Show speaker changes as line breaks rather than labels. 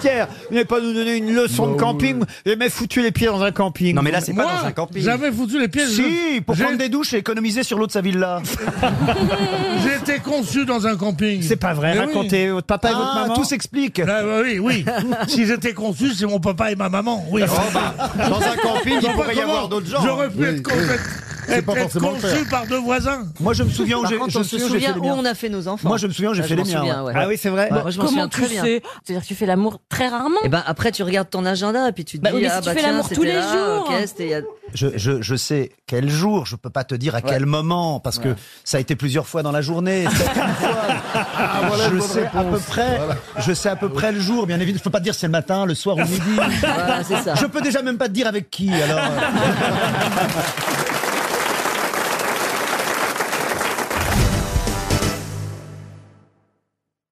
Pierre, venez pas nous donner une leçon
Bah
de camping. J'ai même foutu les pieds dans un camping.
Non, mais là, c'est pas dans un camping.
Ah, J'avais foutu les pieds.
Si, pour
J'ai-
prendre des douches et économiser sur l'eau de sa villa.
J'ai été conçu dans un camping.
C'est pas vrai,
Mais oui.
racontez votre papa et votre
Ah,
maman.
tout s'explique.
Là, bah oui, oui. si j'étais conçu, c'est mon papa et ma maman. Oui.
Ah, bah, Dans un camping,
Je vois pas comment
hein.
J'aurais pu être, con- être- être
pas forcément le
conçu par deux voisins.
Moi, je me souviens où
Par
j'ai
contre,
je
on
me
se
souviens où j'ai fait
souvient
les
où
miens.
on a fait nos enfants.
Moi, je me souviens où j'ai
Ah,
fait
je
les
m'en
miens.
souviens,
ouais.
ouais.
Ah oui, c'est vrai.
Moi, je m'en
Bah, Comment
souviens
tu
très bien.
sais C'est-à-dire que tu fais l'amour très rarement.
Eh ben après tu regardes ton agenda et puis tu te dis
Bah oui, mais
ah
si tu
bah
fais
tiens
l'amour tous
c'était
les
là,
jours.
ok, c'était il y a-
Je, je, je sais quel jour, je peux pas te dire à quel moment, parce que ça a été plusieurs fois dans la journée.
voilà une
je
bonne
sais à peu
réponse.
près, je sais à peu près le jour. Bien évidemment, je peux pas te dire si c'est le matin, le soir ou midi.
voilà, c'est ça.
Je peux déjà même pas te dire avec qui. Alors, euh.